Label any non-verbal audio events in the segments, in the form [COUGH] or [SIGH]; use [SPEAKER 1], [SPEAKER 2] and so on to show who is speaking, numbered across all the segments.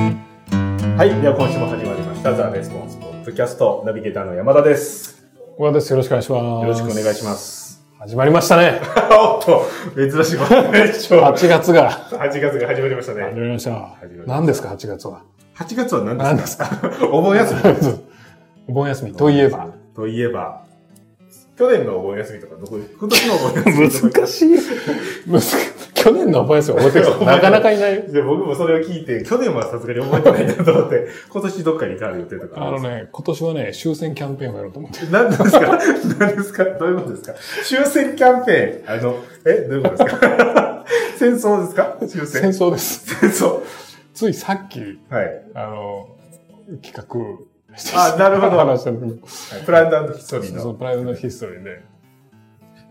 [SPEAKER 1] はい。では今週も始まりました。ザ・レスポンスポッドキャスト、ナビゲーターの山田です。
[SPEAKER 2] 小川です。よろしくお願いします。
[SPEAKER 1] よろしくお願いしま。す。
[SPEAKER 2] 始まりましたね。
[SPEAKER 1] [LAUGHS] おっと、珍しい番組でしょう。8
[SPEAKER 2] 8月 [LAUGHS] が
[SPEAKER 1] 月が始まりました
[SPEAKER 2] 始
[SPEAKER 1] ね。
[SPEAKER 2] まりました
[SPEAKER 1] 始まりまし。た
[SPEAKER 2] 何ですか、8月は。
[SPEAKER 1] 8月は何
[SPEAKER 2] 何
[SPEAKER 1] で
[SPEAKER 2] ですす
[SPEAKER 1] か [LAUGHS] お盆休み。
[SPEAKER 2] [LAUGHS] お盆休みといえば。。
[SPEAKER 1] といえば、去年のお盆休みとか、どこ今年のお盆休みとか。 [LAUGHS]
[SPEAKER 2] しい。難しい去年のお盆休み覚えてる [LAUGHS] 人なかなかいないよ。
[SPEAKER 1] で僕もそれを聞いて、去年はさすがに覚えてないなと思って、今年どっかに行かれる予定とか
[SPEAKER 2] あ
[SPEAKER 1] ある
[SPEAKER 2] の
[SPEAKER 1] んですか。
[SPEAKER 2] ね、今年はね、終戦キャンペーンをやろうと思って。
[SPEAKER 1] 何ですか何ですかどういうことですか終戦キャンペーン。あの、えどういうことですか戦争ですか終
[SPEAKER 2] 戦
[SPEAKER 1] 戦。
[SPEAKER 2] 争です。
[SPEAKER 1] 戦争。
[SPEAKER 2] ついさっき、
[SPEAKER 1] はい。
[SPEAKER 2] あの、企画して
[SPEAKER 1] あなるほど
[SPEAKER 2] 話したんだけど
[SPEAKER 1] プランダントヒストリー
[SPEAKER 2] そ
[SPEAKER 1] の。
[SPEAKER 2] のプライドのヒストリーで、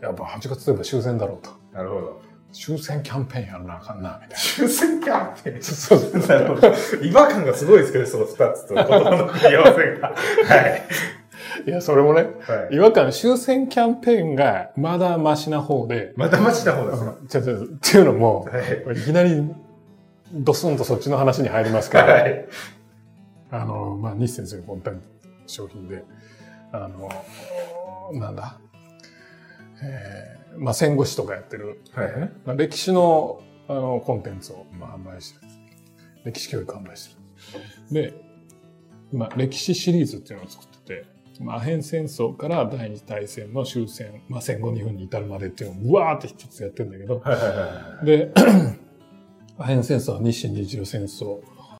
[SPEAKER 2] やっぱ8月といえば終戦だろうと。
[SPEAKER 1] なるほど。
[SPEAKER 2] 終戦キャンペーンやらなあかんな、みたいな。
[SPEAKER 1] 終戦キャンペーン。
[SPEAKER 2] そうそう
[SPEAKER 1] なるほど。違和感がすごいですけど、その二つと言葉の組み合わせが。はい。
[SPEAKER 2] いや、それもね、
[SPEAKER 1] はい。
[SPEAKER 2] 違和感、終戦キャンペーンがまだマシな方で、
[SPEAKER 1] また待ちな方ですか
[SPEAKER 2] ちょっと、っていうのも、
[SPEAKER 1] はい。
[SPEAKER 2] いきなりドスンとそっちの話に入りますから、
[SPEAKER 1] はい。
[SPEAKER 2] あの、まあ、西先生の本体の商品で、あの、なんだ、えーまあ、戦後史とかやってる、
[SPEAKER 1] はい。
[SPEAKER 2] まあ、歴史のあのコンテンツを、まあ、販売してる。歴史教育販売してる。で、まあ、歴史シリーズっていうのを作ってて、まあ、アヘン戦争から第二次大戦の終戦、まあ、戦後日本に至るまでっていうのをうわーって一つやってるんだけど、
[SPEAKER 1] はいはいはい。
[SPEAKER 2] で、アヘン戦争、日清日露戦争、